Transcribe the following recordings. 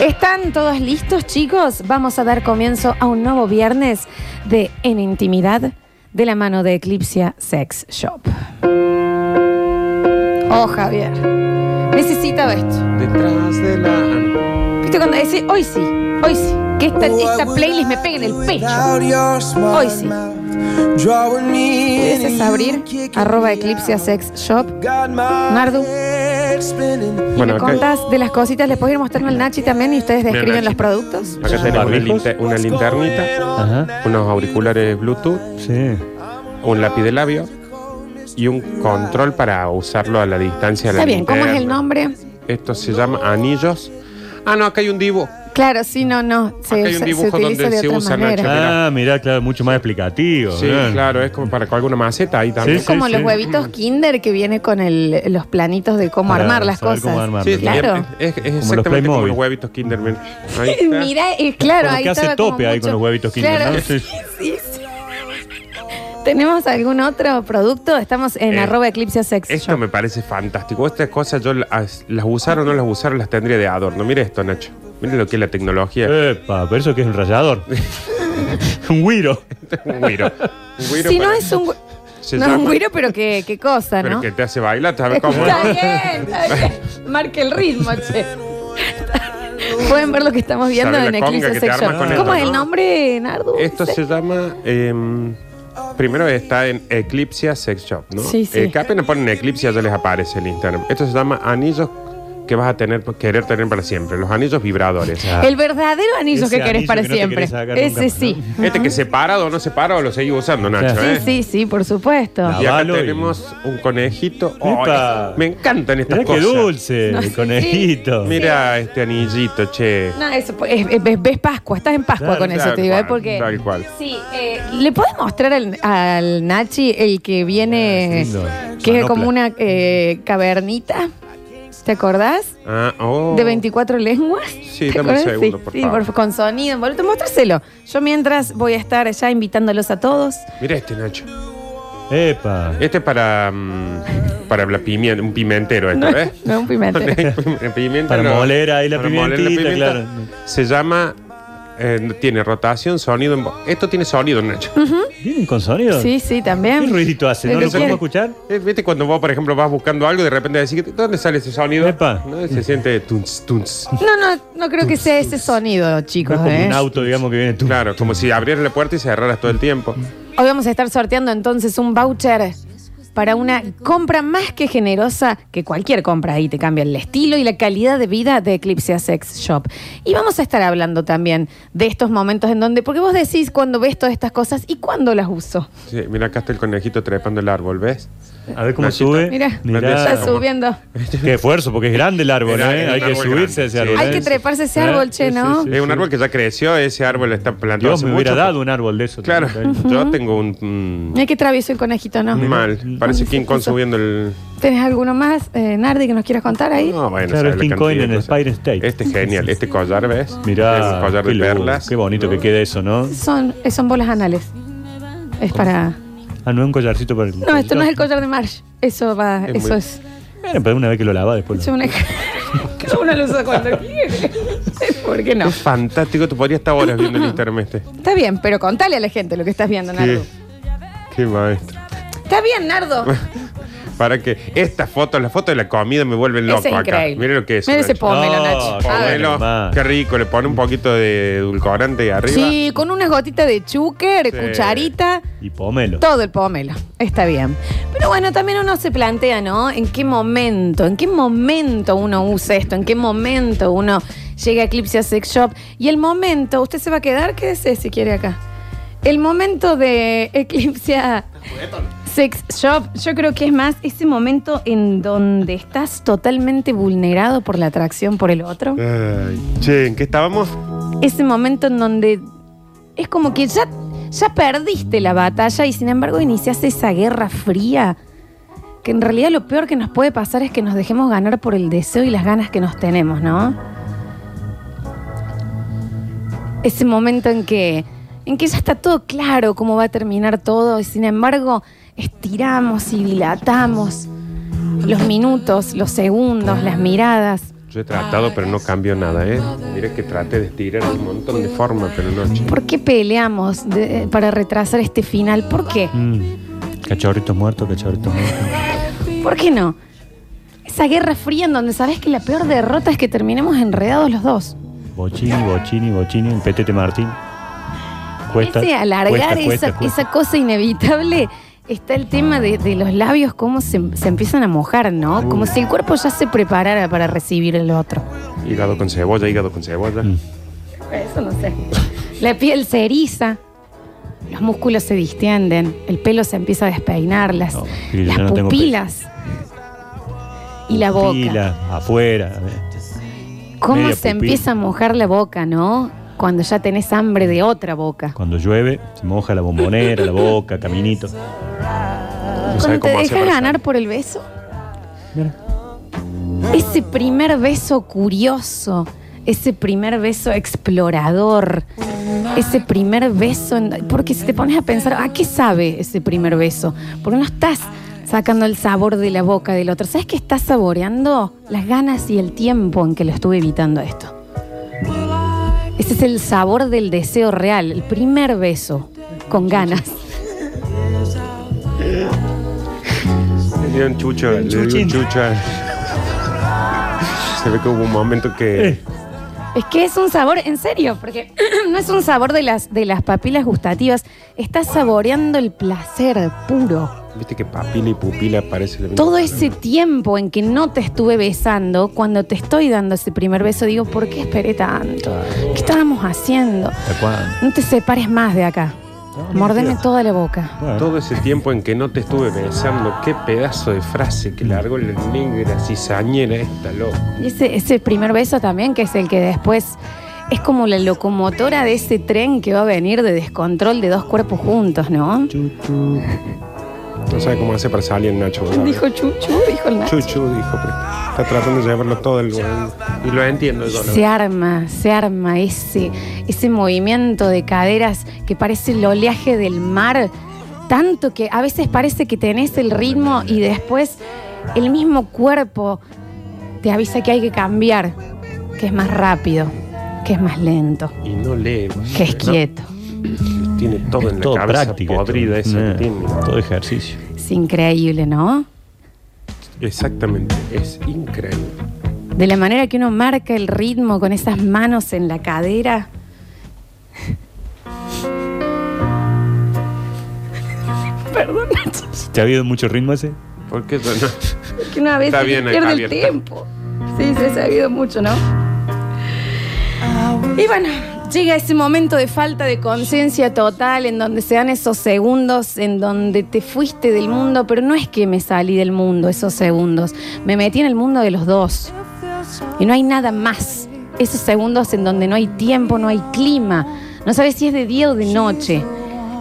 ¿Están todos listos, chicos? Vamos a dar comienzo a un nuevo viernes de En Intimidad de la mano de Eclipsia Sex Shop. Oh, Javier. Necesitaba esto. Detrás de la... ¿Viste cuando decís, hoy sí, hoy sí, que esta, esta playlist me pegue en el pecho? Hoy Hoy sí. sí. ¿Quieres ¿Quieres abrir? Arroba Eclipsia Sex Shop. Nardu. ¿Me Bueno, acá, contás de las cositas? ¿Les puedo ir mostrando al Nachi también y ustedes describen Nachi. los productos? acá tenemos una, Barbijos. linter- una linternita, Ajá. unos auriculares Bluetooth, Sí. un lápiz de labio y un control para usarlo a la distancia. de la Está bien, ¿cómo es el linterna. nombre? Esto se llama anillos. Ah, no, acá hay un dibujo. Claro, sí, no, no. Acá Se, hay un se- se dibujo utiliza donde de se otra usa, manera. Nacho. Ah, mirá, claro, mucho más explicativo. Sí, ¿no? claro, es como para colgar una maceta ahí también. Es como sí, los sí. Mm. huevitos Kinder que viene con el- los planitos de cómo Para armar las saber cosas. cómo armarlo. Sí, Claro. claro. es, es los exactamente como Playmobil. los huevitos Kinder. ven. Ahí está. Mira, eh, claro, Como ahí que hace estaba como tope ahí mucho- con los huevitos Kinder, Claro, ¿no? Sí. sí, sí. ¿Tenemos algún otro producto? Estamos en Eh, arroba Eclipse Sex. Esto Shop. me parece fantástico. Estas cosas yo las, las usar o no las usar las tendría de adorno. Mire esto, Nacho. Mire lo que es la tecnología. Epa, pero eso que es un rayador. un güiro. un güiro. Un güiro si no para- es un, gu- se no es llama, un güiro, pero qué, qué cosa, pero ¿no? que te hace bailar, ¿sabes cómo? Está bien, está bien. Marque el ritmo, che. Pueden ver lo que estamos viendo Sabe en la conga Eclipse que te Sex armas Shop. con ¿Cómo esto, es el ¿no? nombre, Nardo? Esto ¿Sí? se llama. eh, primero está en Eclipsia Sex Shop, ¿no? Sí, sí. Eh, que apenas ponen Eclipsia ya les aparece el Instagram. Esto se llama anillos que vas a tener querer tener para siempre. Los anillos vibradores. Ah. El verdadero anillo Ese que querés anillo para que no te siempre. querés sacar Ese nunca más, sí. Este que separado o no separado lo seguís usando, Nacho, Claro. ¿eh? Sí, sí, sí, por supuesto. No. Y acá Avalo y- tenemos un conejito. Oh, Epa. me encantan estas Mirá qué cosas. dulce, No, sí, el conejito. Mira este anillito, che. No, eso pues, es- es- ves, ves Pascua, estás en Pascua Claro, con eso, tal te digo, ¿eh? cual, porque... Tal cual. Sí, eh, ¿le podés mostrar al, al Nachi el que viene, Ah, es lindo. que es Manopla. como una eh, cavernita? ¿Te acordás? Ah, oh. De 24 lenguas. Sí, ¿Te dame un acordás? segundo, Sí, por sí, favor. con sonido, boludo, muéstraselo. Yo mientras voy a estar ya invitándolos a todos. Mira este, Nacho. Epa. Este es para, mm, para la pimienta, un pimentero, esto, ¿eh? No es un pimentero. Pimienta, Para no. moler ahí la Para moler pimentita, claro. Se llama. eh, tiene rotación, sonido. en bo- Esto tiene sonido, Nacho. ¿Vienen con sonido? Sí, sí, ¿Qué también. ruidito hace? ¿No Lo lo quiere. podemos escuchar? Eh, ¿Viste cuando vos, por ejemplo, vas buscando algo y de repente decís, ¿dónde sale ese sonido? Epa. ¿No? Se siente tunz, tunz. No, no, no creo que sea ese sonido, No chicos. es como ¿eh? un auto, digamos, que viene tú. Claro, como si abrieras la puerta y cerraras todo el tiempo. Hoy vamos a estar sorteando entonces un voucher para una compra más que generosa que cualquier compra. Ahí te cambia el estilo y la calidad de vida de Eclipse Sex Shop. Y vamos a estar hablando también de estos momentos en donde, porque vos decís cuando ves todas estas cosas y cuándo las uso. Sí, mira, acá está el conejito trepando el árbol, ¿ves? A ver cómo Nachito. sube. Mira, Mirá. está Como- subiendo. Qué esfuerzo, porque es grande el árbol, Era- ¿eh? era un Hay que árbol grande, subirse a ese sí. árbol. Hay ¿eh? que treparse ese ¿Eh? árbol, che, Sí, sí, ¿no? sí, es un sí. árbol que ya creció, ese árbol está plantado. Dios hace me hubiera mucho. dado un árbol de eso. Claro, yo tengo un. mm, Mira que travieso el conejito, ¿no? Mal, parece King Kong subiendo el. ¿Tenés alguno más, eh, Nardi, que nos quieras contar ahí? No, bueno, sabe Claro, es la King cantidad Kong de en el cosas. Fire State. Este es genial, este collar, ¿ves? Es un Mirá, collar qué, de lindo, perlas. qué bonito que quede eso, ¿no? Son, eh, son bolas anales. Es para... Ah, no es un collarcito para el No, esto no es el collar de Marsh. Eso va, Es eso muy- es. Bueno, pero una vez que lo lava después. Es lo- una... Cada uno lo usa cuando quiere. ¿Por qué no? Es fantástico, tú podrías estar horas viendo el Instagram este. Está bien, pero contale a la gente lo que estás viendo, Qué, Nardo. qué maestro. Está bien, Nardo. Para que estas fotos, las fotos de la comida me vuelven loco Ese es acá. increíble. Mire lo que es. Mira ese Nacho. pomelo, No, Nachi. A ver. pomelo. Ponelo, Además. qué rico, le pone un poquito de edulcorante arriba. Sí, con unas gotitas de chúquer, Sí. cucharita. Y pomelo. Todo el pomelo, está bien. Pero bueno, también uno se plantea, ¿no? ¿En qué momento? ¿En qué momento uno usa esto? ¿En qué momento uno llega a Eclipse Sex Shop? Y el momento, usted se va a quedar, quédese si quiere acá. El momento de Eclipse Sex Shop, yo creo que es más ese momento en donde estás totalmente vulnerado por la atracción por el otro. Ay, che, ¿en qué estábamos? Ese momento en donde es como que ya, ya perdiste la batalla y sin embargo iniciaste esa guerra fría. Que en realidad lo peor que nos puede pasar es que nos dejemos ganar por el deseo y las ganas que nos tenemos, ¿no? Ese momento en que, en que ya está todo claro cómo va a terminar todo y sin embargo estiramos y dilatamos los minutos, los segundos, las miradas. Yo Yo he Ah, tratado, pero no cambio nada, ¿eh? Mira que traté de estirar un montón de formas, pero no. che. ¿Por qué peleamos de- para retrasar este final? ¿Por qué? Mm. Cachorritos muertos, cachorritos muertos. ¿Por qué no? Esa guerra fría en donde sabes que la peor derrota es que terminemos enredados los dos. Bochini, Bochini, Bochini, el Petete Martín. Cuesta. Ese alargar cuesta, esa, cuesta, cuesta. esa cosa inevitable. Está el tema de, de los labios, cómo se, se empiezan a mojar, ¿no? Como si el cuerpo ya se preparara para recibir el otro. Hígado con cebolla, hígado con cebolla. Mm. Eso no sé. La piel se eriza, los músculos se distienden, el pelo se empieza a despeinar, las, No, sí, yo las no tengo pupilas y la boca. Pila, afuera. ¿Cómo media se pupila. empieza a mojar la boca, no? Cuando ya tenés hambre de otra boca. Cuando llueve, se moja la bombonera, la boca, caminito. No sabe Cuando te cómo hace dejas para ganar salir. por el beso. Mira. Ese primer beso curioso, ese primer beso explorador, ese primer beso. en- porque si te pones a pensar, ¿a qué sabe ese primer beso? Porque no estás sacando el sabor de la boca del otro. ¿Sabes que estás saboreando? Las ganas y el tiempo en que lo estuve evitando esto. Ese es el sabor del deseo real, el primer beso, con ganas. Le dio un chucho, le dio un chuchín. chucho. Se ve que hubo un momento Eh. que. Es que es un sabor, en serio, porque no es un sabor de las, de las papilas gustativas. Estás saboreando el placer puro. Viste que papila y pupila parece. la misma Todo cosa. ese tiempo en que no te estuve besando, cuando te estoy dando ese primer beso, digo, ¿por qué esperé tanto? ¿Qué estábamos haciendo? ¿Hasta cuándo? No te separes más de acá. Mordeme toda la boca. Bueno, Todo ese tiempo en que no te estuve pensando, qué pedazo de frase que largó la negra cizañera esta, loco. Y ese, ese primer beso también, que es el que después es como la locomotora de ese tren que va a venir de descontrol de dos cuerpos juntos, ¿no? chuchu. No sabe cómo hace para salir el Nacho. ¿verdad? Dijo Chuchu, dijo el Nacho. Chuchu, dijo. pero Está tratando de llevarlo todo el lugar. Y lo entiendo yo. ¿no? Se arma, se arma ese, ese movimiento de caderas que parece el oleaje del mar, tanto que a veces parece que tenés el ritmo y después el mismo cuerpo te avisa que hay que cambiar, que es más rápido, que es más lento, Y no lee. vos, que es ¿no? quieto. Tiene todo en Es la todo cabeza práctica. podrida esto. Eh. esa que Nah, tiene. Todo ejercicio. Es increíble, ¿no? Exactamente. Es increíble. De la manera que uno marca el ritmo con esas manos en la cadera. Perdón, Nacho. ¿Te ha habido mucho ritmo ese? Porque yo no. Que una vez Está bien, pierde el Javier, está- tiempo. Sí, se ha sabido mucho, ¿no? Y bueno, llega ese momento de falta de conciencia total en donde se dan esos segundos en donde te fuiste del mundo, pero no es que me salí del mundo esos segundos, me metí en el mundo de los dos. Y no hay nada más. Esos segundos en donde no hay tiempo, no hay clima, no sabes si es de día o de noche.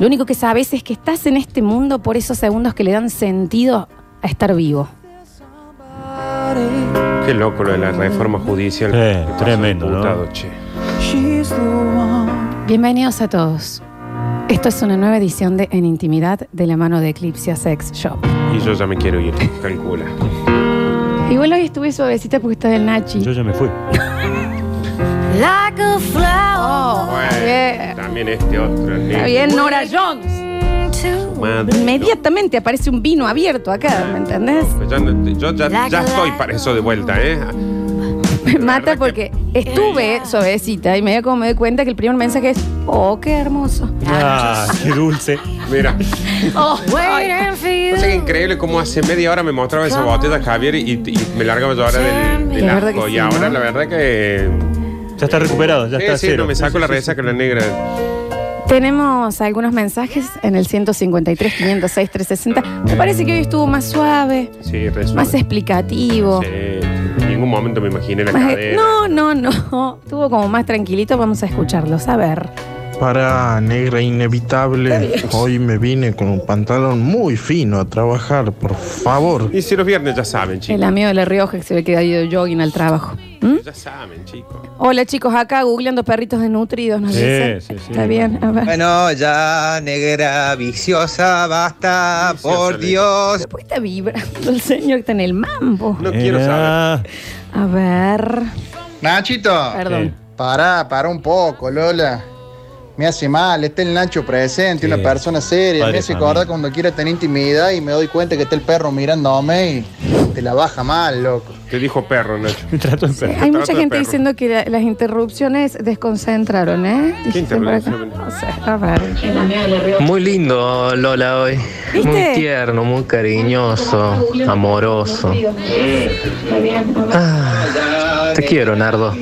Lo único que sabes es que estás en este mundo por esos segundos que le dan sentido a estar vivo. Qué loco lo de la reforma judicial. Eh, que pasó tremendo, ¿no? diputado, che. She's the one. Bienvenidos a todos. Esto es una nueva edición de En Intimidad de la mano de Eclipse Sex Shop. Y yo ya me quiero ir, calcula. Igual hoy estuve suavecita porque está del Nachi. Yo ya me fui. Like a flower Bueno, bien. también este otro. negro. Oh, Está bien, Nora Jones. to Madre. Inmediatamente aparece un vino abierto acá, ¿me entendés? Pues ya no- yo ya, ya estoy para eso de vuelta, ¿eh? Me mata porque estuve suavecita y me dio como me doy cuenta que el primer mensaje es, oh, qué hermoso. Ah, qué dulce. Mira, Oh, ay. waiting for you. o sea que increíble como hace media hora me mostraba esa botella Javier y, y me largaba yo ahora del, del La verdad asco. que sí, y ahora ¿no? la verdad que. Ya está recuperado, ya Sí, está sí, cero. no me saco Sí, la sí, sí. resaca con la negra. Tenemos algunos mensajes en el 153, 506, 360. Me parece que hoy estuvo más suave, Sí, resulta. más explicativo. Sí, en ningún momento me imaginé la Más- cadena. No, no, no. Estuvo como más tranquilito. Vamos a escucharlos. A ver. Para negra inevitable, hoy me vine con un pantalón muy fino a trabajar, por favor. Y si los viernes ya saben, El chicos. amigo de La Rioja que se ve que ha ido jogging al trabajo. ¿Mm? Ya saben, chicos. Hola, chicos. Acá googleando perritos desnutridos. Nos Sí, dicen. sí, sí. Está bien. A ver. Bueno, ya, negra viciosa, basta, Viciosa, por le- Dios. ¿Por qué está vibrando el señor que está en el mambo? No quiero Era- saber. A ver. Nachito, Perdón. pará, pará un poco, Lola. Me hace mal, está el Nacho presente, Sí. una persona seria. Padre Me hace de familia. acordar cuando quiera tener intimidad y me doy cuenta que está el perro mirándome y te la baja mal, loco. Te dijo perro, Nacho. Me trato de perro. Hay Trato mucha de gente perro. diciendo que la- las interrupciones desconcentraron, ¿eh? Dijiste por acá. interrupción? No sé, a ver. Muy lindo Lola hoy. ¿Viste? Muy tierno, muy cariñoso, amoroso. Ah, te quiero, Nardo.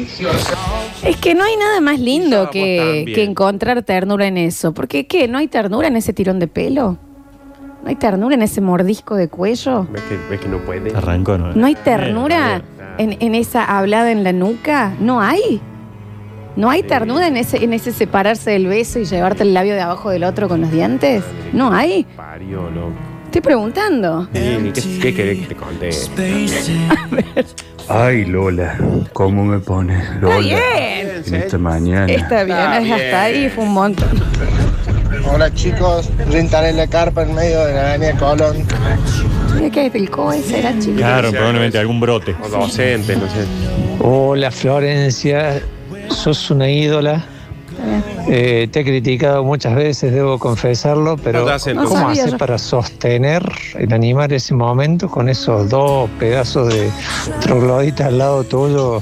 Es que no hay nada más lindo Vos que, también. que encontrar ternura en eso. Porque, ¿qué? ¿No hay ternura en ese tirón de pelo? ¿No hay ternura en ese mordisco de cuello? ¿Ves que, ves que no puede? Arrancó, ¿no? ¿No hay ternura Bien, en, en esa hablada en la nuca? No hay. ¿No hay ternura en ese, en ese separarse del beso y llevarte el labio de abajo del otro con los dientes? No hay. Parió, loco. Estoy preguntando. Dini, ¿Qué, qué querés que te conté? Ay, Lola, ¿cómo me pones, Está Lola? bien. En esta mañana. Está bien, Está hasta bien. ahí fue un montón. Hola chicos, rentaré la carpa en medio de la avenida Colón. Mira que el COE será chico. Claro, probablemente algún brote. O docentes, no sé. Hola Florencia, sos una ídola. Eh, te he criticado muchas veces, debo confesarlo, pero No te hacen, No ¿cómo sabía haces yo. para sostener, el animar ese momento con esos dos pedazos de trogloditas al lado tuyo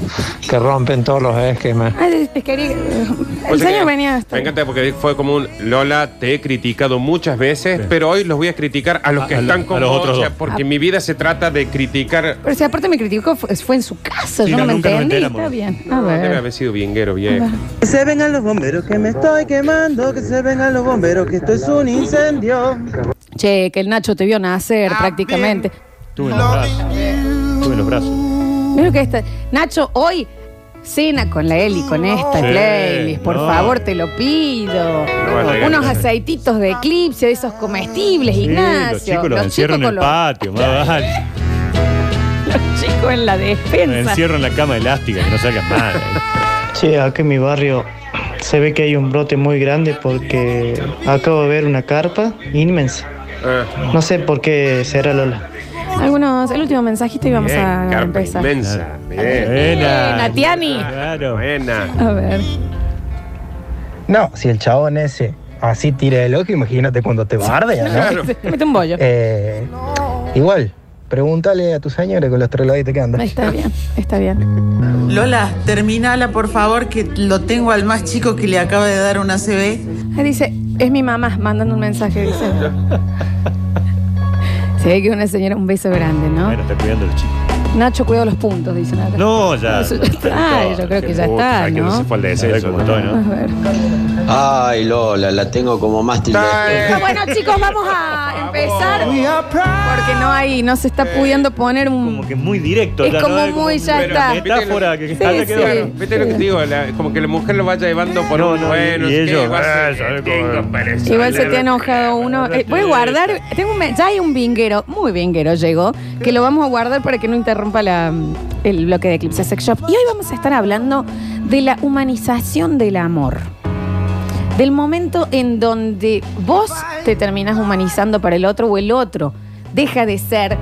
que rompen todos los esquemas? Ay, es que quería- O El sea Pues que- señor venía hasta. Me encanta porque fue como un Lola, te he criticado muchas veces, pero hoy los voy a criticar a los que A- a están lo- con a los vos, otros o sea, dos. porque mi vida se trata de criticar. Pero si aparte me criticó, fue, fue en su casa, Sí, yo no, no, me nunca nos entendí. enteramos. Está bien. A Debe ver. haber sido vinguero, viejo. Que se vengan los bomberos, que me estoy quemando, que se vengan los bomberos, que esto es un incendio. Che, que el Nacho te vio nacer prácticamente. Tuve en los brazos. Tuve en los brazos. Mira que esta. Nacho, hoy cena con la Eli, con esta Sí, playlist. Por no. favor, te lo pido. vas a Unos regalar. aceititos de eclipse, de esos comestibles, Sí, Ignacio. los chicos los, encierro en con el los- patio, más vale. los chicos en la Los despensa. encierro en la cama elástica, que no salgas mal. ¿eh? Che, acá en mi barrio se ve que hay un brote muy grande porque acabo de ver una carpa inmensa. Ah, No sé por qué será Lola. Algunos, el último mensajito y vamos bien, a carpa empezar. Eh, inmensa. Bien. Buena. Natiani. Claro. Buena. A ver. No, si el chabón ese así tira el ojo, imagínate cuando te bardea, ¿no? Claro. Mete un bollo. Eh, igual, pregúntale a tu señora con los troloditos que andan. Está bien, está bien. Lola, terminala por favor, que lo tengo al más chico que le acaba de dar una CB. Ahí dice, es mi mamá mandando un mensaje, dice. Se ve que es una señora, un beso grande, ¿no? Bueno, está cuidando los chicos. Nacho, cuidado los puntos, dicen acá. No, ya. Eso ya está, yo creo que ya está, Ay, que no Ah, ¿no? se fue al Sabés descenso. cómo estoy, ¿no? A ver. Ay, Lola, la tengo como más Ah, bueno, chicos, vamos a empezar. Por Porque no hay, no se está pudiendo poner Como un. que muy directo. Es ya, como ¿no? muy, ya Pero está. Metáfora que Sí, está sí. Claro, viste lo que te digo, la- como que la mujer lo vaya llevando por No, un no, bueno, y- y no sé qué, ellos, va a ah, ser- este, ¿sabes cómo tengo es? pereza. Igual se te ha enojado uno. Eh, voy a guardar. Tengo un, men- ya hay un vinguero, muy vinguero llegó, que lo vamos a guardar para que no interrumpa la, el bloque de Eclipse Sex Shop. Y hoy vamos a estar hablando de la humanización del amor. Del momento en donde vos te terminás humanizando para el otro o el otro deja de ser.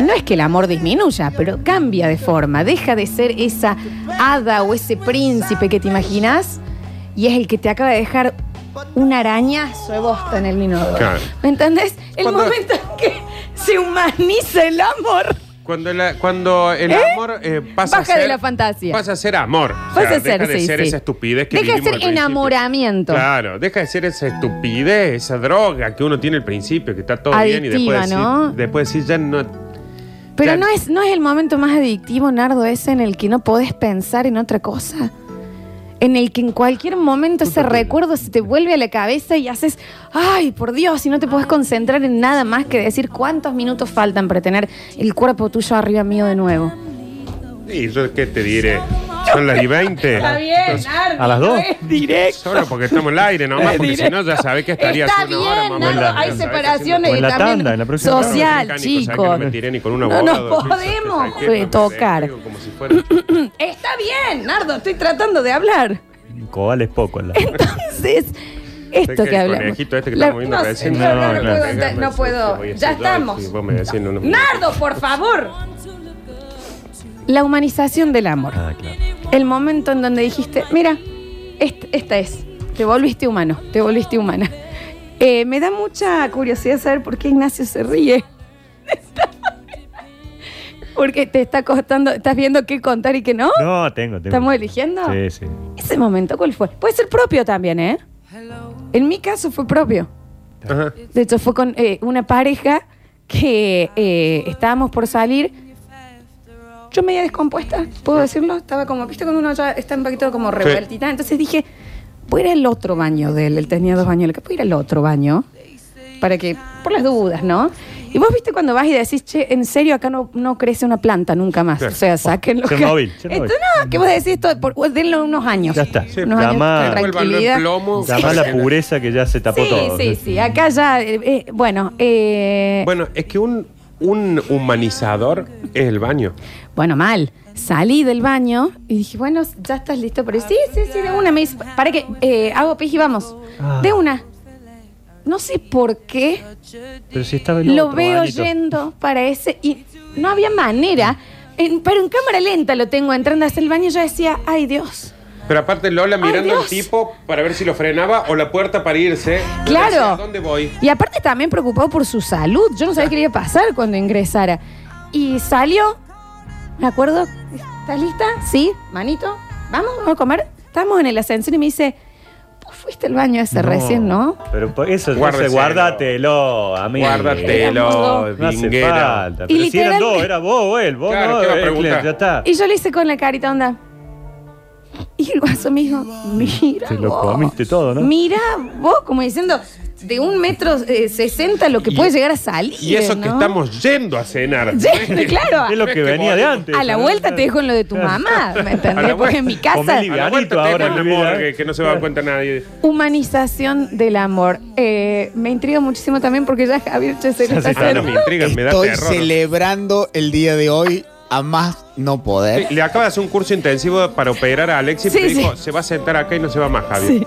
No es que el amor disminuya, pero cambia de forma. Deja de ser esa hada o ese príncipe que te imaginas y es el que te acaba de dejar un arañazo de bosta en el inodoro. Claro. ¿Me entendés? El Cuando- momento en que se humaniza el amor. Cuando, la- cuando el amor eh, pasa Baja a ser, de la fantasía. Pasa a ser amor. O Pasa sea, a ser, deja de sí, ser sí. esa estupidez que Deja de dijimos al ser principio. enamoramiento. Claro, deja de ser esa estupidez, esa droga que uno tiene al principio, que está todo bien y Adictiva, después decir, ¿no? después decir ya no. Pero Claro. no es, no es el momento más adictivo, Nardo, ese en el que no podés pensar en otra cosa. En el que en cualquier momento ese recuerdo se te vuelve a la cabeza y haces, ay, por Dios, y no te podés concentrar en nada más que decir cuántos minutos faltan para tener el cuerpo tuyo arriba mío de nuevo. Y yo qué te diré. Son las y 20. Entonces, Nardo. ¿A las dos? Directo. Solo porque estamos al aire nomás, porque si no ya sabés que estaría Está haciendo ahora, bien, mamá. Nardo, Ya hay sabés que separaciones O en la también tanda, en la próxima tanda. social, mecánico, o sea, que chicos. No me tiré ni con un No abogado. nos del piso, podemos, que saqué, eh, no me tocar. pego como si fuera- Está bien, Nardo, estoy tratando de hablar. Cobales poco. La... Entonces, esto Sé que, el hablamos. conejito este que La- estamos viendo no, recién, pues, no, no, no, no claro. puedo, entrar, no puedo. Voy a pues, Ya hacer, ay, estamos. sí, vos me decís, no, no. Nardo, por favor. La humanización del amor. Ah, claro. El momento en donde dijiste, mira, est- esta es, te volviste humano, te volviste humana. Eh, me da mucha curiosidad saber por qué Ignacio se ríe. Porque te está costando, estás viendo qué contar y qué no. No, tengo, tengo. ¿Estamos eligiendo? Sí, sí. Ese momento, ¿cuál fue? Puede ser propio también, ¿eh? En mi caso fue propio. Ajá. De hecho, fue con eh, una pareja que eh, estábamos por salir. Yo media descompuesta, ¿puedo decirlo? Estaba como, viste, cuando uno ya está un poquito como revueltita. Entonces dije, voy a ir al otro baño de él. Él tenía dos baños. Le dije, voy a ir al otro baño. Para que, por las dudas, ¿no? Y vos viste cuando vas y decís, che, en serio, acá no, no crece una planta nunca más. Claro. O sea, sáquenlo. que- Chernobyl, Chernobyl. Esto no, que vos decís esto, por, denle unos años. Ya está. Unos años de Llama tranquilidad. llama la pureza que ya se tapó Sí, todo. sí, sí. Acá ya, eh, eh, bueno, eh, Bueno, es que un, un humanizador es el baño. bueno, mal. Salí del baño y dije, bueno, ya estás listo. Pero sí, sí, sí, de una. Me dice, para que eh, hago pis y vamos. De una. No sé por qué Pero si estaba el lo otro, veo Anito. yendo para ese y no había manera. En- pero en cámara lenta lo tengo entrando hasta el baño. Yo decía, ay Dios. Pero aparte Lola mirando Dios. al tipo para ver si lo frenaba o la puerta para irse. Claro. Decía, ¿A dónde voy? Y aparte también preocupado por su salud. Yo no sabía qué le iba a pasar cuando ingresara. Y salió, me acuerdo, ¿estás lista? Sí, manito, vamos, vamos a comer. Estamos en el ascensor y me dice, vos fuiste al baño ese No. recién, ¿no? Pero por eso, Guárdeselo. entonces, guárdatelo, amigo. Guárdatelo, No hace vinguera. falta. Y Pero si eran literalmente- dos, era vos o él. Vos Claro, no, ¿qué va a eh, preguntar? Clem, ya está. Y yo le hice con la carita, onda. Y el guaso me dijo, mira Te lo vos, comiste todo, ¿no? mira vos, como diciendo, de un metro eh, sesenta lo que puede llegar a salir, Y eso que ¿no? estamos yendo a cenar. Yendo, claro. Es lo que venía de antes. A la vuelta te dejo en lo de tu mamá, ¿me A la entendés? Porque en mi casa... A la vuelta ahora tengo en el mi vida, morgue, que no se va a dar cuenta nadie. Humanización del amor. Eh, me intriga muchísimo también porque ya Javier Chesel está Ah, no, haciendo. me intriga, me da Estoy terror. celebrando el día de hoy a más no poder. Le acaba de hacer un curso intensivo para operar a Alexis Sí, pero dijo, sí. se va a sentar acá y no se va más, Javi. Sí.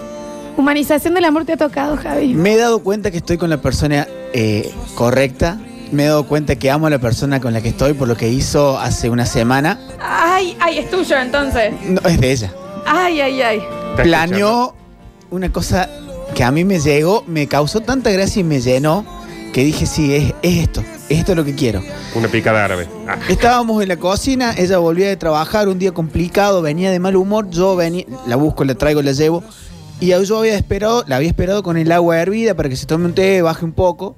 Humanización del amor te ha tocado, Javi. Me he dado cuenta que estoy con la persona eh, correcta. Me he dado cuenta que amo a la persona con la que estoy por lo que hizo hace una semana. Ay, ay, es tuyo entonces. No, es de ella. Ay, ay, ay. Planeó una cosa que a mí me llegó, me causó tanta gracia y me llenó que dije, sí, es, es esto. Es esto lo que quiero. Una picada árabe. Ah. Estábamos en la cocina, ella volvía de trabajar, un día complicado, venía de mal humor, yo venía, la busco, la traigo, la llevo. Y yo había esperado, la había esperado con el agua hervida para que se tome un té, baje un poco.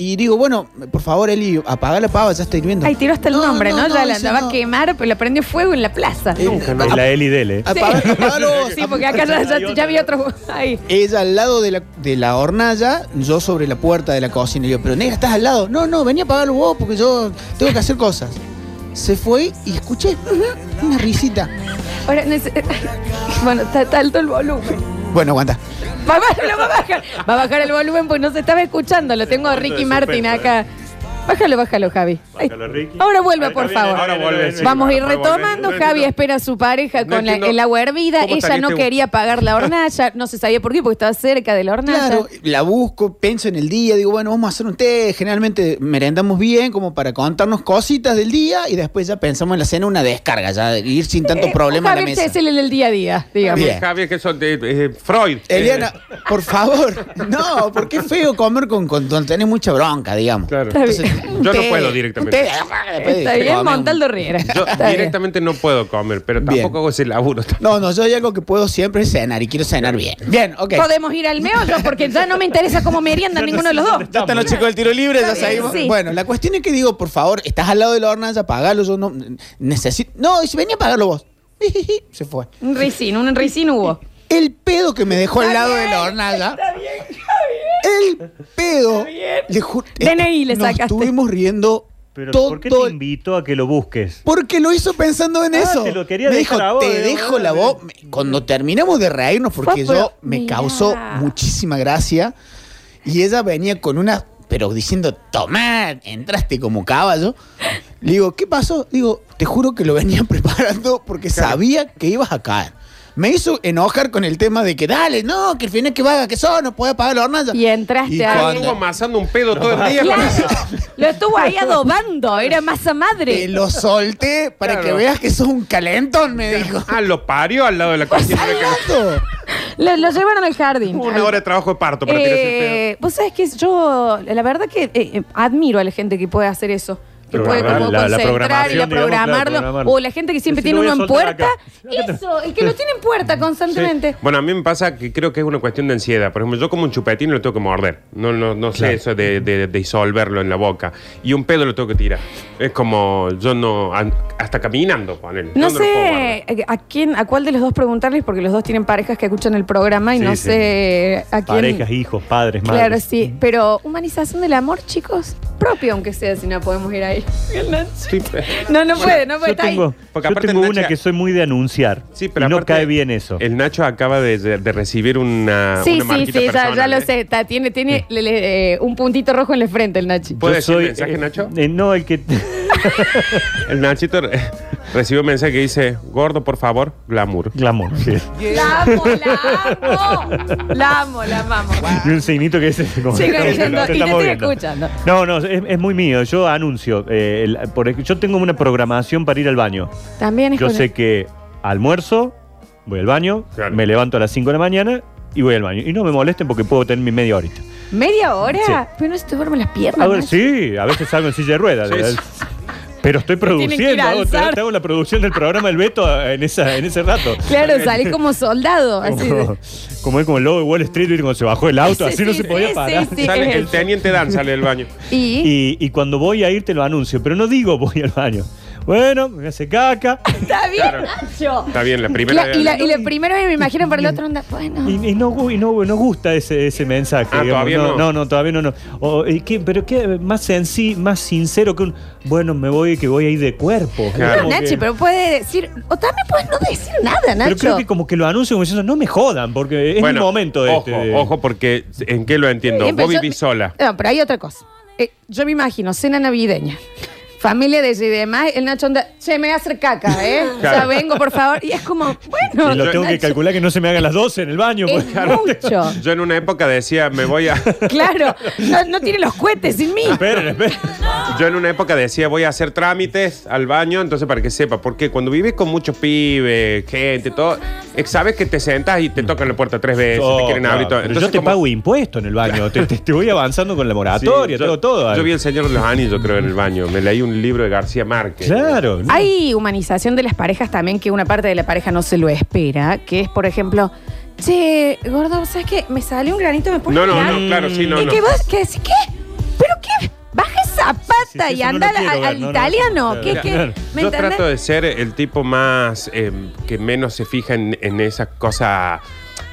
Y digo, bueno, por favor, Eli, apaga la pava, ya está hirviendo. Ay, tiró hasta el nombre, ¿no? no, Ya no, la dice andaba no. a quemar, pero le prendió fuego en la plaza. Es la Eli Sí. Dele. Eh, Apaga- apagalo. Sí, porque acá ya, ya- ya vi otro. Ay. Ella al lado de la, de la hornalla, yo sobre la puerta de la cocina. Y yo, pero negra, estás al lado. No, no, venía a apagarlo vos porque yo tengo que hacer cosas. Se fue y escuché "Ujú", una risita. Ahora, nece- bueno, está, está alto el volumen. Bueno, aguanta. Va a, bajar, va, a bajar, va a bajar el volumen porque no se estaba escuchando. Lo tengo a Ricky Martin acá. Bájalo, bájalo, Javi. Ay. Ahora vuelve, por favor. Ahora vuelve. sí, Vamos a ir ahora vuelve. retomando. Javi espera a su pareja No con la- entiendo el agua hervida. cómo este Ella saliste no vos. quería apagar la hornalla. No se sabía por qué, porque estaba cerca de la hornalla. Claro, la busco, pienso en el día, digo, bueno, vamos a hacer un té. Generalmente merendamos bien, como para contarnos cositas del día y después ya pensamos en la cena, una descarga, ya ir sin tanto Eh, problema a la Javier mesa. Chesel en el día a día, digamos. Javier, Javier, que son de eh, Freud. Eliana, por favor, no, porque es feo comer con, con, cuando tenés mucha bronca, digamos. Está bien. Yo no puedo directamente. Está bien, Montaldo Riera. Yo Está bien. directamente no puedo comer, pero tampoco Bien. hago ese laburo. No, no, yo hay algo que puedo siempre es cenar y quiero cenar bien. Bien, ok. Podemos ir al meollo porque ya no me interesa cómo merienda ninguno de los dos. Ya están los chicos del tiro libre, ya Está bien, seguimos. sí. Bueno, la cuestión es que digo, por favor, estás al lado de la hornalla, apagalo, yo no necesito. No, dice, vení a apagarlo vos. Se fue. Un ricín, un ricín hubo. El pedo que me dejó al lado de la hornalla. El pedo. Le ju- DNI le Nos sacaste. estuvimos riendo Pero todo. ¿por qué te invito a que lo busques? Porque lo hizo pensando en Ah, eso. te lo quería me dejar dijo, a vos, te eh, dejo vos, la eh. voz. Me- Cuando terminamos de reírnos, Fue, porque yo pero, me mirá. causó muchísima gracia. Y ella venía con una, pero diciendo, tomá, entraste como caballo. Le digo, ¿qué pasó? Digo, te juro que lo venía preparando porque sabía que ibas a caer. Me hizo enojar con el tema de que dale, no, que el final que vaga que son, no puede pagar la hornalla. Y entraste Y a- cuando- Estuvo amasando un pedo todo el día. Claro. parece. Lo estuvo ahí adobando, era masa madre. Te lo solté para Claro. que veas que sos un calentón, me dijo. Ah, lo parió al lado de la cocina. Exacto. Lo, lo llevaron al jardín. Una hora de trabajo de parto para tirarse el pedo. Eh, Vos sabés que yo, la verdad que eh, eh, admiro a la gente que puede hacer eso. Que puede Programar como la- la concentrar y la programación, digamos, claro, programarlo. programar. O la gente que siempre Decir, tiene lo uno voy a en soltar puerta. acá. Eso, el que lo tiene en puerta Sí. constantemente. Bueno, a mí me pasa que creo que es una cuestión de ansiedad. Por ejemplo, yo como un chupetín lo tengo que morder. No, no, no sé eso de, de- de disolverlo en la boca. Y un pedo lo tengo que tirar. Es como yo no. an- Hasta caminando, ponele. No Yo lo puedo guardar. sé eh, a quién, a cuál de los dos preguntarles, porque los dos tienen parejas que escuchan el programa y Sí, no sí. sé a quién. Parejas, hijos, padres, madres. Claro, sí. Pero humanización del amor, chicos, propio aunque sea, si no podemos ir ahí. Sí, eh, pe- No, no puede, no puede. Yo está ahí. tengo, Porque yo aparte tengo Nacha- una que soy muy de anunciar. Sí, pero y no aparte- cae bien eso. El Nacho acaba de, de recibir una. Sí, Ah, una sí, marquita sí, ya- ya, personal, lo ¿eh? sé. Está- tiene tiene le- le- eh, un puntito rojo en la frente el Nachi. ¿Puede Yo decir soy- mensaje, eh, Nacho? eh, no, el que. El Nachito re- recibió un mensaje que dice: Gordo, por favor, glamour. Glamour, sí. La amo, la amo. La amo, la amamos. Y un signito que dice. como- Sigue te diciendo, y te estamos estoy viendo. escuchando. No, no, es, es muy mío. Yo anuncio. eh, el- por ej- yo tengo una programación para ir al baño. También es Yo con- sé que almuerzo, voy al baño, Claro. me levanto a las 5 de la mañana y voy al baño. Y no me molesten porque puedo tener mi media horita. ¿Media hora? Sí. Pero no se te duermen las piernas. A ver, Nachi. sí, a veces salgo en silla de ruedas. ¿eh? Sí, sí. Pero estoy tienen que ir a produciendo, hago, alzar. te hago la producción del programa El Beto eh, en, esa, en ese rato. Claro, salí como soldado. Así de- Como, como, como el lobo de Wall Street, ¿viste? cuando se bajó el auto, Sí, así no sí, se podía sí, parar. sí, Sale- es el eso. teniente Dan sale del baño. Y, Y, y cuando voy a ir te lo anuncio, pero no digo voy al baño. Bueno, me hace caca. está bien, Claro. Nacho. Está bien, la primera. La- y, la, y la primera vez me imagino para el otro onda. Bueno. Y, y no, y no, no gusta ese, ese mensaje. Ah, digamos. todavía no. no, todavía no. no. O, eh, ¿qué? pero qué más sensi, más sincero que un. Bueno, me voy que voy a ir de cuerpo. Claro. No, Como que- Nachi, pero puede decir. O también puedes no decir nada, Pero creo Nacho. que como que lo anuncio como diciendo, no me jodan, porque es Bueno, mi momento ojo, este. de- Ojo, porque ¿en qué lo entiendo? Bien, Vos pero yo- vivís sola. No, pero hay otra cosa. Eh, yo me imagino, cena navideña. Familia de ella y demás, el Nacho onda, che, me voy a hacer caca, ¿eh? Ya Claro. vengo, por favor. Y es como, bueno. Y lo tengo que Nacho, calcular que no se me hagan las 12 en el baño. pues. Es porque, claro, mucho. Yo en una época decía, me voy a. Claro, no, no tiene los cohetes sin mí. Esperen, esperen. Yo en una época decía, voy a hacer trámites al baño, entonces para que sepa, porque cuando vivís con muchos pibes, gente, todo, eh, sabes que te sentas y te tocan la puerta tres veces, Oh, te quieren claro, abrir todo. pero Entonces, yo te como- pago impuesto en el baño, te, te- te voy avanzando con la Sí, moratoria, yo- todo, todo. Yo vi El Señor de los Anillos, creo, en el baño. Me leí un libro de García Márquez. Claro. ¿no? Hay humanización de las parejas también que una parte de la pareja no se lo espera, que es, por ejemplo, che, gordo, ¿sabes qué? Me salió un granito, me puse No, no, no, claro, sí, no, y no. que vos, que decís, ¿qué? ¿Pero qué? Baja esa Sí, sí, pata eso y no anda lo quiero al, ver, al no, no, italiano. no, ¿Qué, claro. qué? Claro. ¿Me Yo entendés? trato de ser el tipo más eh, que menos se fija en, en esas cosas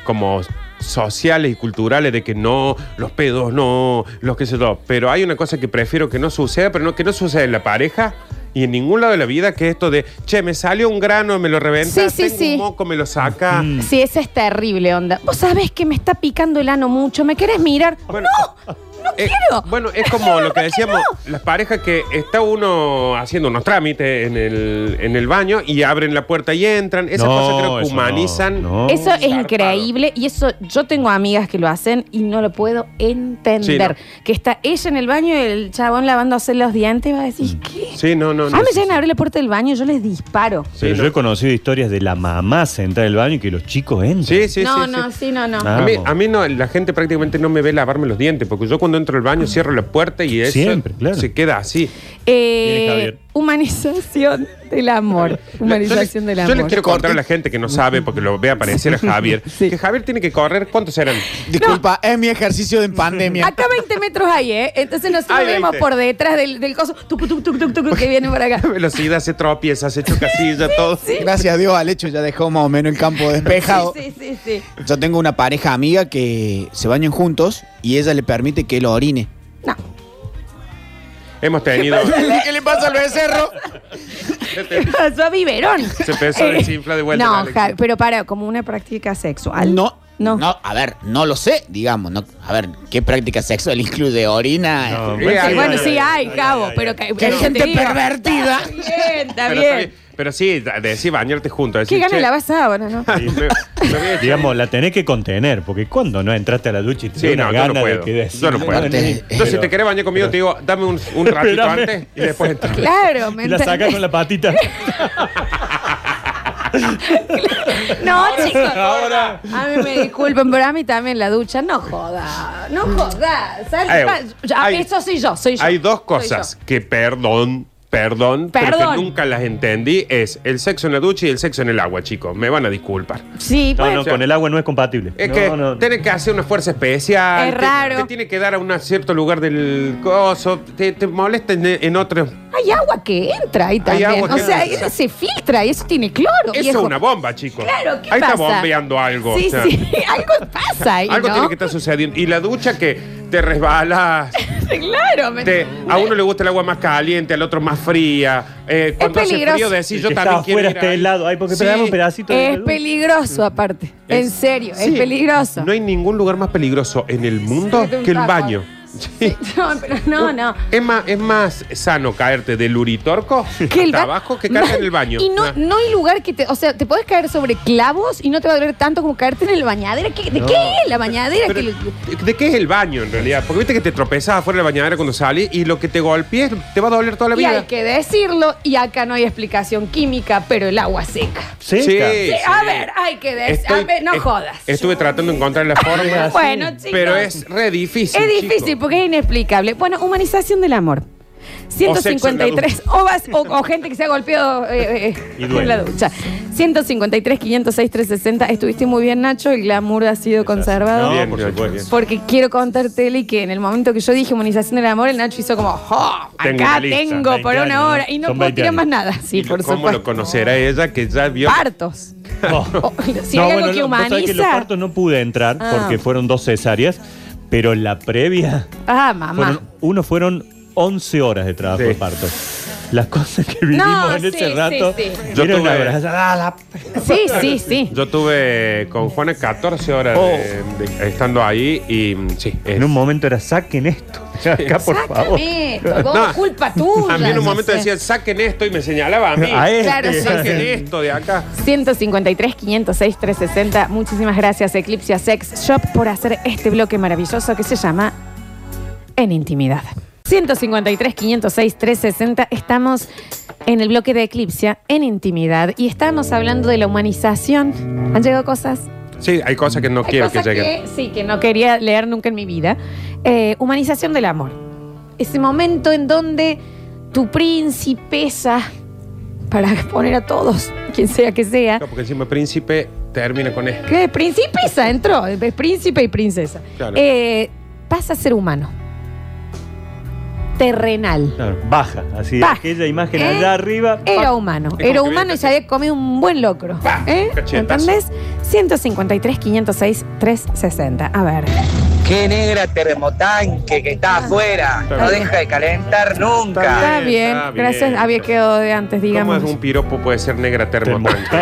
como sociales y culturales de que no, los pedos, no, los que sé yo. Pero hay una cosa que prefiero que no suceda, pero no, que no suceda en la pareja y en ningún lado de la vida, que es esto de, che, me salió un grano, me lo Sí, reventa, sí, tengo sí. un moco, me lo saca. Sí, esa es terrible, onda. Vos sabés que me está picando el ano mucho, ¿me querés mirar? Bueno, ¡No! ¡No Eh, quiero! bueno, es como lo que decíamos, las parejas que está uno haciendo unos trámites en el, en el baño y abren la puerta y entran. Esas No, cosas creo que eso no, humanizan. no. Eso es Oh, Zarpado. increíble y eso yo tengo amigas que lo hacen y no lo puedo entender. Que está ella en el baño y el chabón lavándose los dientes y va a decir, ¿qué? Sí, no, Mm. no. no ah, me sí, llegan sí. a abrir la puerta del baño, yo les disparo. Pero Sí, yo no. he conocido historias de la mamá sentada en el baño y que los chicos entran. Sí, sí, no, sí, no, sí. sí, no, no. Ah. A mí, Vamos. a mí no, la gente prácticamente no me ve lavarme los dientes, porque yo cuando entro al baño cierro la puerta y eso Siempre, claro. se queda así. Eh, Viene Javier. humanización del amor. Humanización yo, del les- amor. Yo les quiero contar a la gente que no sabe, porque lo ve aparecer a Javier, que Javier tiene que correr, ¿cuántos eran? Disculpa, es mi ejercicio de en pandemia. Acá 20 metros hay, ¿eh? Entonces nosotros Hay vemos 20. por detrás del, del coso tuc, tuc, tuc, tuc, tuc, que viene por acá. La velocidad, se tropieza, se choca silla, todo. Gracias a Dios, Alecho ya dejó más o menos el campo despejado. Sí, sí, sí. sí. Yo tengo una pareja amiga que se bañan juntos y ella le permite que él orine. No. Hemos tenido... ¿Qué le pasa al becerro? Pasó a biberón. Se empezó a Eh, desinflar de vuelta, No, Alex. Javi, pero para, como una práctica sexual. No. No. No. a ver, no lo sé, digamos. No, a ver, ¿qué práctica sexual incluye orina? No, Sí, Ay, bueno, ay, sí ay, hay, Cabo, pero que. ¡Qué gente pervertida! Está bien, está Pero bien. está bien. Pero sí, da- decir bañarte juntos. Qué decir, gana che, la sábana, ¿no? y me- me voy a echar Digamos, la tenés que contener, porque cuando no entraste a la ducha y te Sí, da una no, yo gana no de puedo. que decís, Yo no puedo. bueno, Entonces, pero- si te querés bañar conmigo, te digo, dame un, un ratito Espérame. antes y después entramos. Claro, me Y la sacas entendés. con la patita. No, chicos. Ahora. A mí me disculpen, pero a mí también la ducha. No joda, no joda. ¿Sabes qué Ay, pasa? Yo- a- Ah, hay- Eso soy yo, soy yo. Hay dos Soy cosas yo. que, perdón, perdón, pero Perdón. que nunca las entendí, es el sexo en la ducha y el sexo en el agua, chicos. Me van a disculpar. Sí, No, bueno. no, con el agua no es compatible. Es No, que no. tiene que hacer una fuerza especial. Es te- raro. Te, tiene que dar a un cierto lugar del coso. Te, te molesta en, en otro. Hay agua que entra ahí también. agua o que sea, entra. eso se filtra y eso tiene cloro. Eso es viejo. una bomba, chicos. Claro, ¿qué Ahí pasa? está bombeando algo. Sí, o sea. sí, algo pasa ahí, Algo ¿no? tiene que estar sucediendo. Y la ducha que te resbalas. Claro, me- te- a uno le gusta el agua más caliente, al otro más fría. Eh, cuando hace peligroso. frío decís, El yo que también está quiero afuera ir está ahí. helado. Ay, porque Sí. pegamos un pedacito de Es helado. peligroso aparte. en Es- serio, Sí. es peligroso. No hay ningún lugar más peligroso en el mundo Sí, que un que el taco. baño. Sí. No, pero no, no. Es más, es más sano caerte del uritorco Que el hasta ba- abajo que caerte No, en el baño. Y no, Ah. no hay lugar que te. O sea, te podés caer sobre clavos y no te va a doler tanto como caerte en el bañadera. ¿Qué- ¿De No. qué es la bañadera? Pero, Que lo- ¿De qué es el baño en realidad? Porque viste que te tropezás afuera de la bañadera cuando salís y lo que te golpees te va a doler toda la y vida. hay que decirlo, y acá no hay explicación química, pero el agua seca. Seca. Sí, A ver, hay que decir. A Estoy- ver, no es- jodas. Estuve tratando de encontrar la forma. Bueno, chicos. Pero es re difícil. es difícil chicos. porque es inexplicable. Bueno, humanización del amor. O sexo en la 153. O, vas- o- o gente que se ha golpeado eh, eh, Y en duele. la ducha. 153, 506, 360. Estuviste muy bien, Nacho. El glamour ha sido conservado. No, Bien, por bien, supuesto. Porque quiero contarte, Eli, que en el momento que yo dije humanización del amor, el Nacho hizo como, "Jo, Tengo acá una lista, tengo 20 por una años, ¿no? hora y no Son puedo 20 tirar más años. nada. Sí, ¿Y por ¿Cómo lo supuesto. conocerá ella que ya vio? Partos. No. O- si hay algo que no, vos sabés que los humaniza. partos no pude entrar Ah. porque fueron dos cesáreas, pero la previa, Ah, mamá. fueron, uno fueron 11 horas de trabajo Sí. de parto. Las cosas que vivimos en sí, ese sí, rato. sí. Yo Era una tuve- abrazada, ah, la- Sí, sí, sí. Yo tuve con Juana 14 horas de- Oh. de- estando ahí y mm, sí. es- En un momento era saquen esto. Ya, Acá, por favor. Sácame esto, vos, No, culpa tuya. a mí en un no momento sé. decían, saquen esto y me señalaba a mí. A este. Claro, sí, Saquen sí. esto de acá. 153, 506, 360. Muchísimas gracias, Eclipse Sex Shop, por hacer este bloque maravilloso que se llama En Intimidad. 153, 506, 360. Estamos en el bloque de Eclipse en Intimidad y estamos hablando de la humanización. ¿Han llegado cosas? Sí, hay cosas que no Hay quiero que cosas lleguen. sí, que no quería leer nunca en mi vida. Eh, humanización del amor. Ese momento en donde tu princesa, para poner a todos, quien sea que sea, No, porque encima príncipe termina con esto. que principesa entró, es príncipe y princesa, Claro. Eh, pasa a ser humano. Terrenal. Claro, baja, así Baja. aquella imagen ¿Eh? allá arriba. Era humano, Ah, como era que humano viene y se había comido un buen locro. Pa, ¿Eh? cachetazo. ¿Entendés? 153, 506, 360. A ver. Qué negra terremotanque que está afuera. Está No bien. deja de calentar Está nunca. Está bien, está bien. gracias. Había quedado de antes, ¿Cómo digamos. es un piropo puede ser negra termotanque?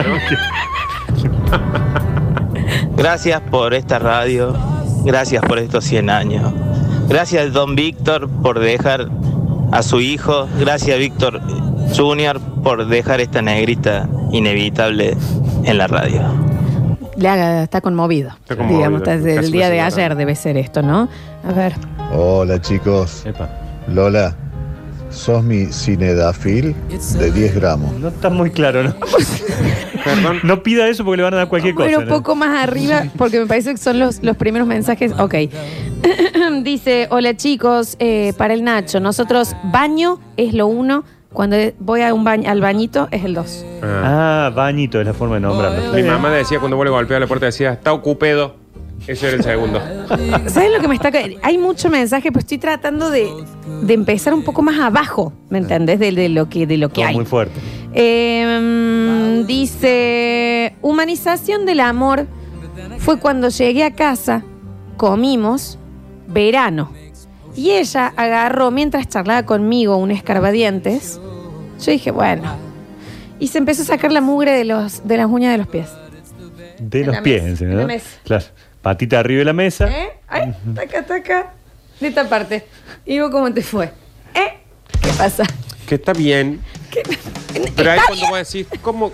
no? Gracias por esta radio, gracias por estos 100 años. Gracias don Víctor por dejar a su hijo, gracias Víctor Junior por dejar esta negrita inevitable en la radio. Le haga- está conmovido. Está conmovido, digamos, está desde casi el día una de semana. ayer debe ser esto, ¿no? A ver. Hola chicos, Epa, Lola, sos mi cinedafil de 10 gramos. no está muy claro, ¿no? Perdón. No pida eso porque le van a dar cualquier cosa. Pero un ¿no? poco más arriba, porque me parece que son los, los primeros mensajes. Ok. Dice, hola chicos, eh, para el Nacho, nosotros baño es lo uno, cuando voy a un baño, al bañito es el dos. Ah. Ah, bañito es la forma de nombrarlo. Mi mamá decía cuando vuelve a golpear la puerta, decía, está ocupedo. Ese era el segundo. ¿Sabes lo que me está ca- Hay mucho mensaje, pero estoy tratando de, de empezar un poco más abajo, ¿me entendés? De, de lo que, de lo que Todo hay. muy fuerte. Eh, mm, dice, humanización del amor fue cuando llegué a casa, comimos, verano. Y ella agarró, mientras charlaba conmigo, un escarbadientes. Yo dije, bueno. Y se empezó a sacar la mugre de, los, de las uñas de los pies. De En los la pies, mesa, en serio, en la ¿no? mesa. Claro. Patita arriba de la mesa. ¿Eh? Ay, taca, taca. De esta parte. Y vos, ¿cómo te fue? ¿Eh? ¿Qué pasa? Que está bien. Pero ahí cuando vos decís, ¿cómo,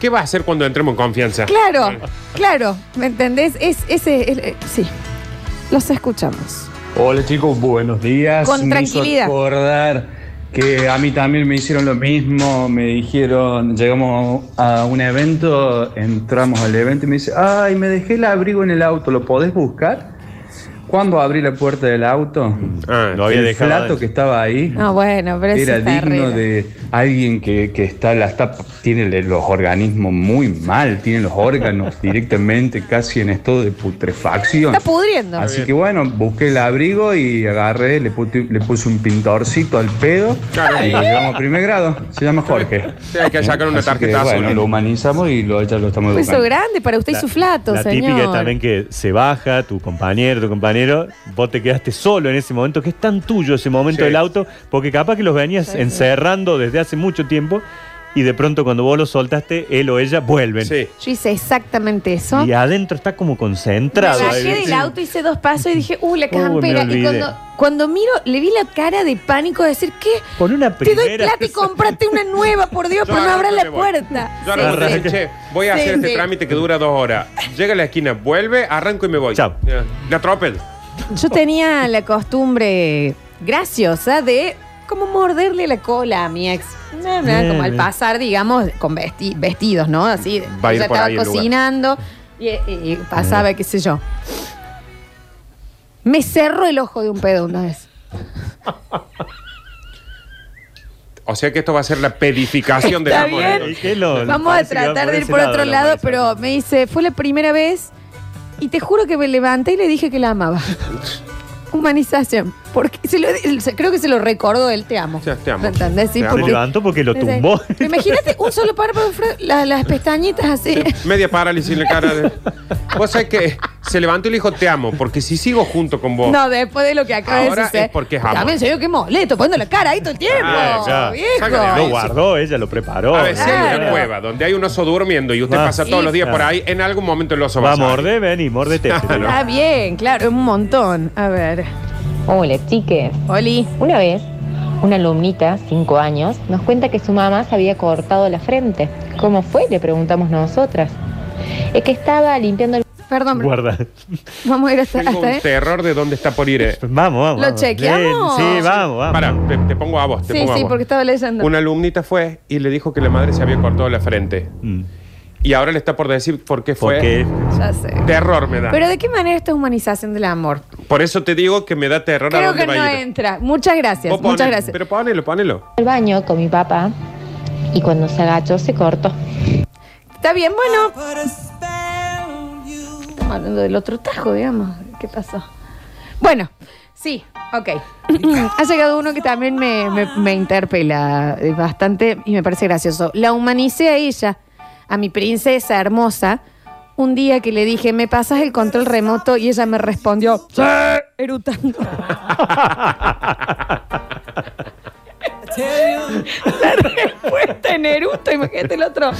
¿qué va a hacer cuando entremos en confianza? Claro, claro, ¿me entendés? Es, ese, el- eh, sí, los escuchamos. Hola chicos, buenos días. Con Me hizo tranquilidad. acordar que a mí también me hicieron lo mismo. Me dijeron, llegamos a un evento, entramos al evento y me dice, ay, me dejé el abrigo en el auto, ¿lo podés buscar? ¿Cuándo abrí la puerta del auto? Ah. lo había el dejado plato adentro. que estaba ahí No, bueno, pero era eso está digno arriba. de alguien que, que está, la está- tiene le- los organismos muy mal, tiene los órganos directamente casi en estado de putrefacción. Está pudriendo. Así que bueno, busqué el abrigo y agarré, le, puti- le puse un pintorcito al pedo Claro. y llegamos a primer grado. Se llama Jorge. Sí, hay que sacar una Así que, tarjeta azul. bueno, lo humanizamos y lo, ya lo estamos Fue eso educando. grande para usted y La- su flato, La señor. típica es también que se baja tu compañero, tu compañero, vos te quedaste solo en ese momento, que es tan tuyo ese momento Sí. del auto, porque capaz que los venías encerrando desde hace mucho tiempo y de pronto cuando vos los soltaste, él o ella vuelven. Yo hice exactamente eso. Y adentro está como Me concentrado. bajé del auto, hice dos pasos y dije, uh, la campera. y olvidé. cuando, cuando miro, le vi la cara de pánico de decir, ¿qué? Con una Te doy primera. plata y cómprate una nueva, por Dios, Yo pero no ahora abras me la voy. puerta. Yo Sí, ahora cuando sí. dicen, "Che, voy a Sí, hacer este sí. trámite que dura dos horas. Llega a la esquina, vuelve, arranco y me voy. Chao. La tropel. Yo tenía la costumbre graciosa de como morderle la cola a mi ex. Na, na, Bien, como al bien. pasar, digamos, con vesti- vestidos, ¿no? Así. Va a ir ella por estaba ahí el lugar. cocinando y, y pasaba, qué sé yo. Me cerró el ojo de un pedo una vez. O sea que esto va a ser la pedificación este del Está amor. bien. entonces. Vamos a tratar de ir por otro lado, pero me dice, fue la primera vez y te juro que me levanté y le dije que la amaba. Humanización. Porque se lo- se- creo que se lo recordó él, te amo. te amo. ¿Entendés? Sí, Te amo. porque- Se levantó porque lo No sé. tumbó. Pero Imagínate un solo párpado, Fred, la- las pestañitas así. Media parálisis en la cara. De... Vos sabés que se levantó y le dijo, te amo, porque si sigo junto con vos. No, después de lo que acaba de Ahora suceder. es porque es amor. También se vio que molesto, poniendo la cara ahí todo el tiempo. viejo. Lo guardó, ella lo preparó. A veces hay una Claro. cueva donde hay un oso durmiendo y usted Ah. pasa todos Sí. los días por Ah. ahí, en algún momento el oso va Va a a salir. morder, ven y este, mordete. Está bien, claro, es un montón. A ver. Hola, chique. Oli. Una vez, una alumnita, cinco años, nos cuenta que su mamá se había cortado la frente. ¿Cómo fue? Le preguntamos nosotras. Es que estaba limpiando el... Perdón, Guarda. vamos a ir hasta, Tengo hasta un terror de dónde está por ir. Vamos, vamos. ¿Lo vamos. chequeamos? Bien, sí, vamos, vamos. Para, te, te pongo a vos, te Sí, pongo a sí, vos. porque estaba leyendo. Una alumnita fue y le dijo que la madre se había cortado la frente. Y ahora le está por decir por qué fue. Mm. Porque Ya sé. terror me da. Pero ¿de qué manera esto es humanización del amor? Por eso te digo que me da terror a Creo dónde que va no a ir. entra. Muchas gracias, Vos ponelo, muchas gracias. Pero ponelo, ponelo. al baño con mi papá y cuando se agachó se cortó. Está bien, bueno. Estamos hablando del otro tajo, digamos. ¿Qué pasó? Bueno, sí, ok. ha llegado uno que también me, me- me interpela eh, bastante y me parece gracioso. La humanicé a ella, a mi princesa hermosa, un día que le dije, ¿me pasas el control remoto? Y ella me respondió, ¡Sí! Erutando. La respuesta en eruto, imagínate el otro.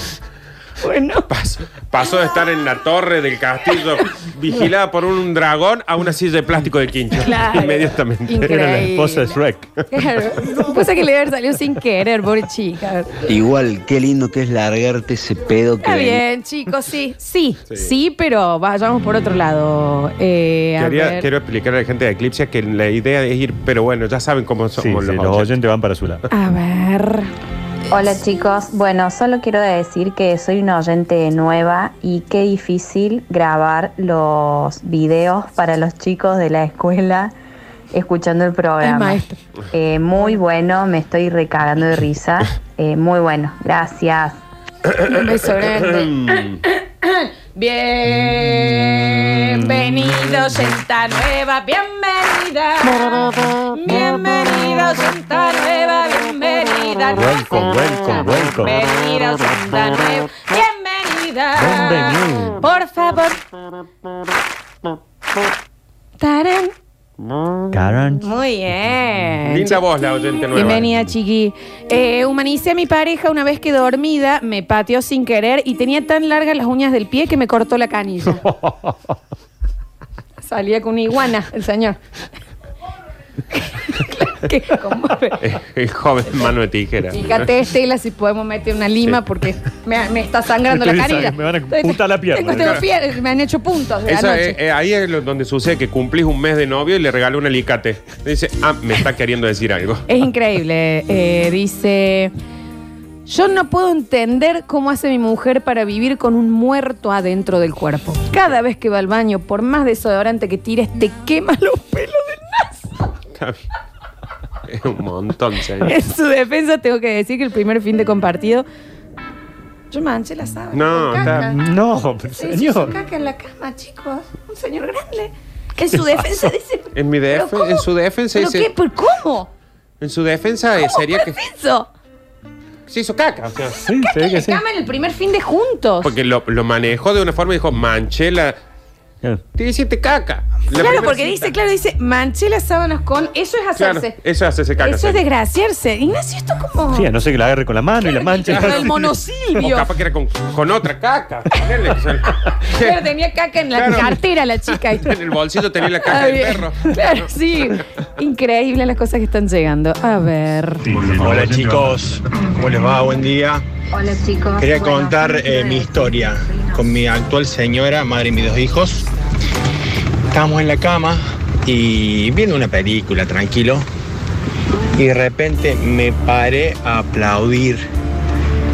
Bueno. Pasó de estar en la torre del castillo vigilada por un dragón a una silla de plástico de quincho. Claro. Inmediatamente. Increíble. Era la esposa de Shrek. Claro. Pasa que le había salido sin querer, pobre chica. Igual, qué lindo que es largarte ese pedo que. Está bien, chicos, sí. Sí, sí, pero vayamos por otro lado. Eh, a Quería- ver. quiero explicar a la gente de Eclipse que la idea es ir, pero bueno, ya saben cómo somos los, sí, los oyentes van para su lado. A ver. Hola chicos, bueno, solo quiero decir que soy una oyente nueva y qué difícil grabar los videos para los chicos de la escuela escuchando el El programa. maestro. Eh, muy bueno, me estoy recagando de risa. Eh, muy bueno, gracias. Un beso grande. Bienvenido, gente nueva, bienvenida. Bienvenido, gente nueva, bienvenida. Welcome, welcome, welcome. Bienvenido, gente nueva, bienvenida. Bienvenido. Por favor. Tarán. Karen. Muy bien. Linda voz la oyente nueva. Bienvenida, chiqui. Eh, humanicé a mi pareja una vez que dormida me pateó sin querer y tenía tan largas las uñas del pie que me cortó la canilla. Salía con una iguana, el señor. que conmueve. El joven mano de tijera. Fíjate, Estela, si podemos meter una lima porque me, me está sangrando la Ustedes carita. saben, me van a puntar la pierna. Tengo- tengo fie- me han hecho puntos de Esa anoche. es- eh, ahí es lo- donde sucede que cumplís un mes de novio y le regaló un alicate. Dice, ah, me está queriendo decir algo. Es increíble. Eh, dice, yo no puedo entender cómo hace mi mujer para vivir con un muerto adentro del cuerpo. Cada vez que va al baño, por más desodorante que tires, te quema los pelos del nazo. Está bien. Es un montón, señor. En su defensa tengo que decir que el primer fin de compartido, yo manché la sábana. No, con está- caca. No, pero Se hizo su señor. caca en la cama, chicos. Un señor grande. ¿Qué En su le defensa pasó? dice, En, mi ¿Pero defen- cómo? en su defensa ¿pero dice- qué? ¿Pero cómo? En su defensa eh, sería que Eso. se hizo caca. o sea. Caca en la cama en el primer fin de juntos. Porque lo, lo manejó de una forma y dijo, manchela. Te hiciste caca. La claro, primera porque cita. dice, claro, dice, manché las sábanas con. Eso es Claro, hacerse. eso hace ese caca. eso es señor. desgraciarse. Ignacio, esto como. Sí, a no sé que la agarre con la mano y la mancha. Pero el monosilvio. O capaz que era con, con otra caca. Ponele, o sea, Claro, tenía caca en la Claro. cartera la chica. y- en el bolsillo tenía la caca Ah, del bien. perro. Claro, sí. Increíble las cosas que están llegando. A ver. Hola chicos, ¿cómo les va? Buen día. Hola chicos. Quería contar eh, mi historia con mi actual señora, madre de mis dos hijos. Estábamos en la cama y viendo una película, tranquilo. Y de repente me paré a aplaudir.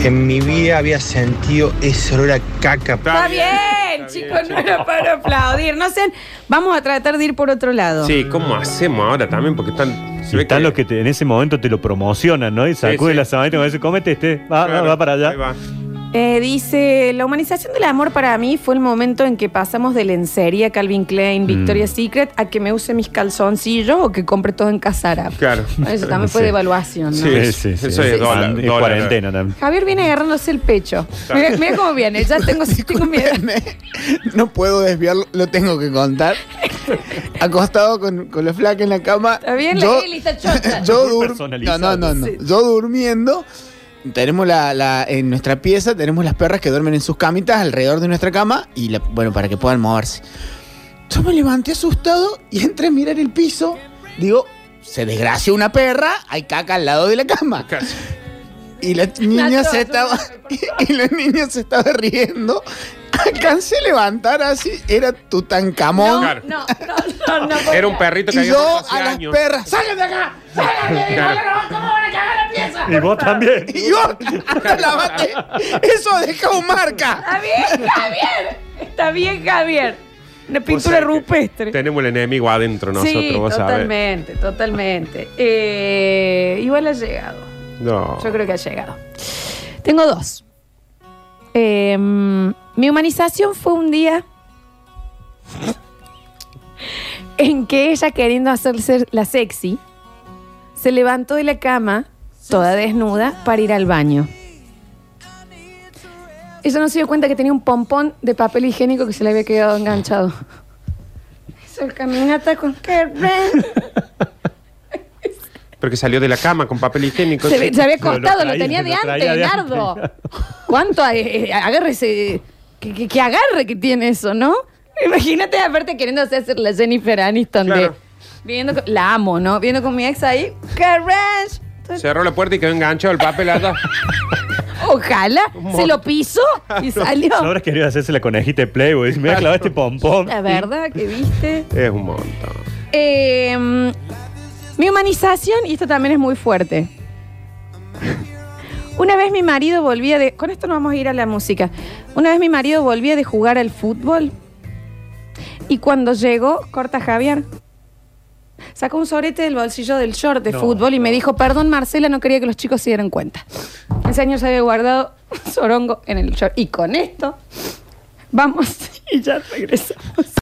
En mi vida había sentido ese olor a caca. Está bien, chicos, no era para aplaudir. No sean. Vamos a tratar de ir por otro lado. Sí, ¿cómo hacemos ahora también? Porque están. Y están los que te- en ese momento te lo promocionan, ¿no? Y sacude sí. la sabanita y me dice, comete este, va, va, Claro, va para allá. Eh, dice, la humanización del amor para mí fue el momento en que pasamos de lencería Calvin Klein, Victoria's Secret, a que me use mis calzoncillos o que compre todo en Casara. Claro. Eso también fue Sí. devaluación, ¿no? Sí, sí, sí. Eso es dólar, En dólar. cuarentena también. Javier viene agarrándose el pecho. Mira, mira cómo viene, ya tengo, tengo miedo. No puedo desviarlo, lo tengo que contar. Acostado con, con la flaca en la cama. Está bien, la yo, Eli está chocha. yo dur- No, personalizado. no, no, no. Sí. Yo durmiendo. Tenemos la, la- en nuestra pieza tenemos las perras que duermen en sus camitas alrededor de nuestra cama y la- bueno, para que puedan moverse. Yo me levanté asustado y entré a mirar el piso. Digo, se desgracia una perra, hay caca al lado de la cama. Y la niña se estaba y la niña se estaba riendo. Alcancé a levantar así, era Tutankamón. Claro. No, no, no, Era un perrito que y había yo muerto hace a las años. perras, ¡salgan de acá! ¡Salgan de acá! Claro. ¿Cómo van a cagar la pieza? Y vos también. Y vos, lavate. Eso deja un marca. Está bien, Javier. Está bien, Javier. Una pintura sea que- rupestre. Tenemos el enemigo adentro nosotros, sí, vos sabés. totalmente, totalmente. Eh, igual ha llegado. No. Yo creo que ha llegado. Tengo dos. Eh, mi humanización fue un día en que ella, queriendo hacerse la sexy, se levantó de la cama, toda desnuda, para ir al baño. Ella no se dio cuenta que tenía un pompón de papel higiénico que se le había quedado enganchado. Hizo el caminata con Kerben. Pero que salió de la cama con papel higiénico. Se, sí. ve- se había cortado, lo, tenía de antes, Nardo. ¿Cuánto? eh, eh, agarre ese. Que, que- que agarre que tiene eso, ¿no? Imagínate aparte queriendo hacer la Jennifer Aniston de. Viendo con- la amo, ¿no? Viendo con mi ex ahí. ¡Carrash! Cerró la puerta y quedó enganchado el papel allá. Ojalá. Se lo pisó y salió. No habrás querido hacerse la conejita de Playboy. Me ha clavado este pompón. La verdad que viste. Es un montón. Eh, mm, mi humanización, y esto también es muy fuerte. Una vez mi marido volvía de. Con esto nos vamos a ir a la música. Una vez mi marido volvía de jugar al fútbol. Y cuando llegó, corta Javier. Sacó un sobrete del bolsillo del short de No, fútbol y me dijo: Perdón, Marcela, no quería que los chicos se dieran cuenta. El señor se había guardado un sorongo en el short. Y con esto, vamos y ya regresamos.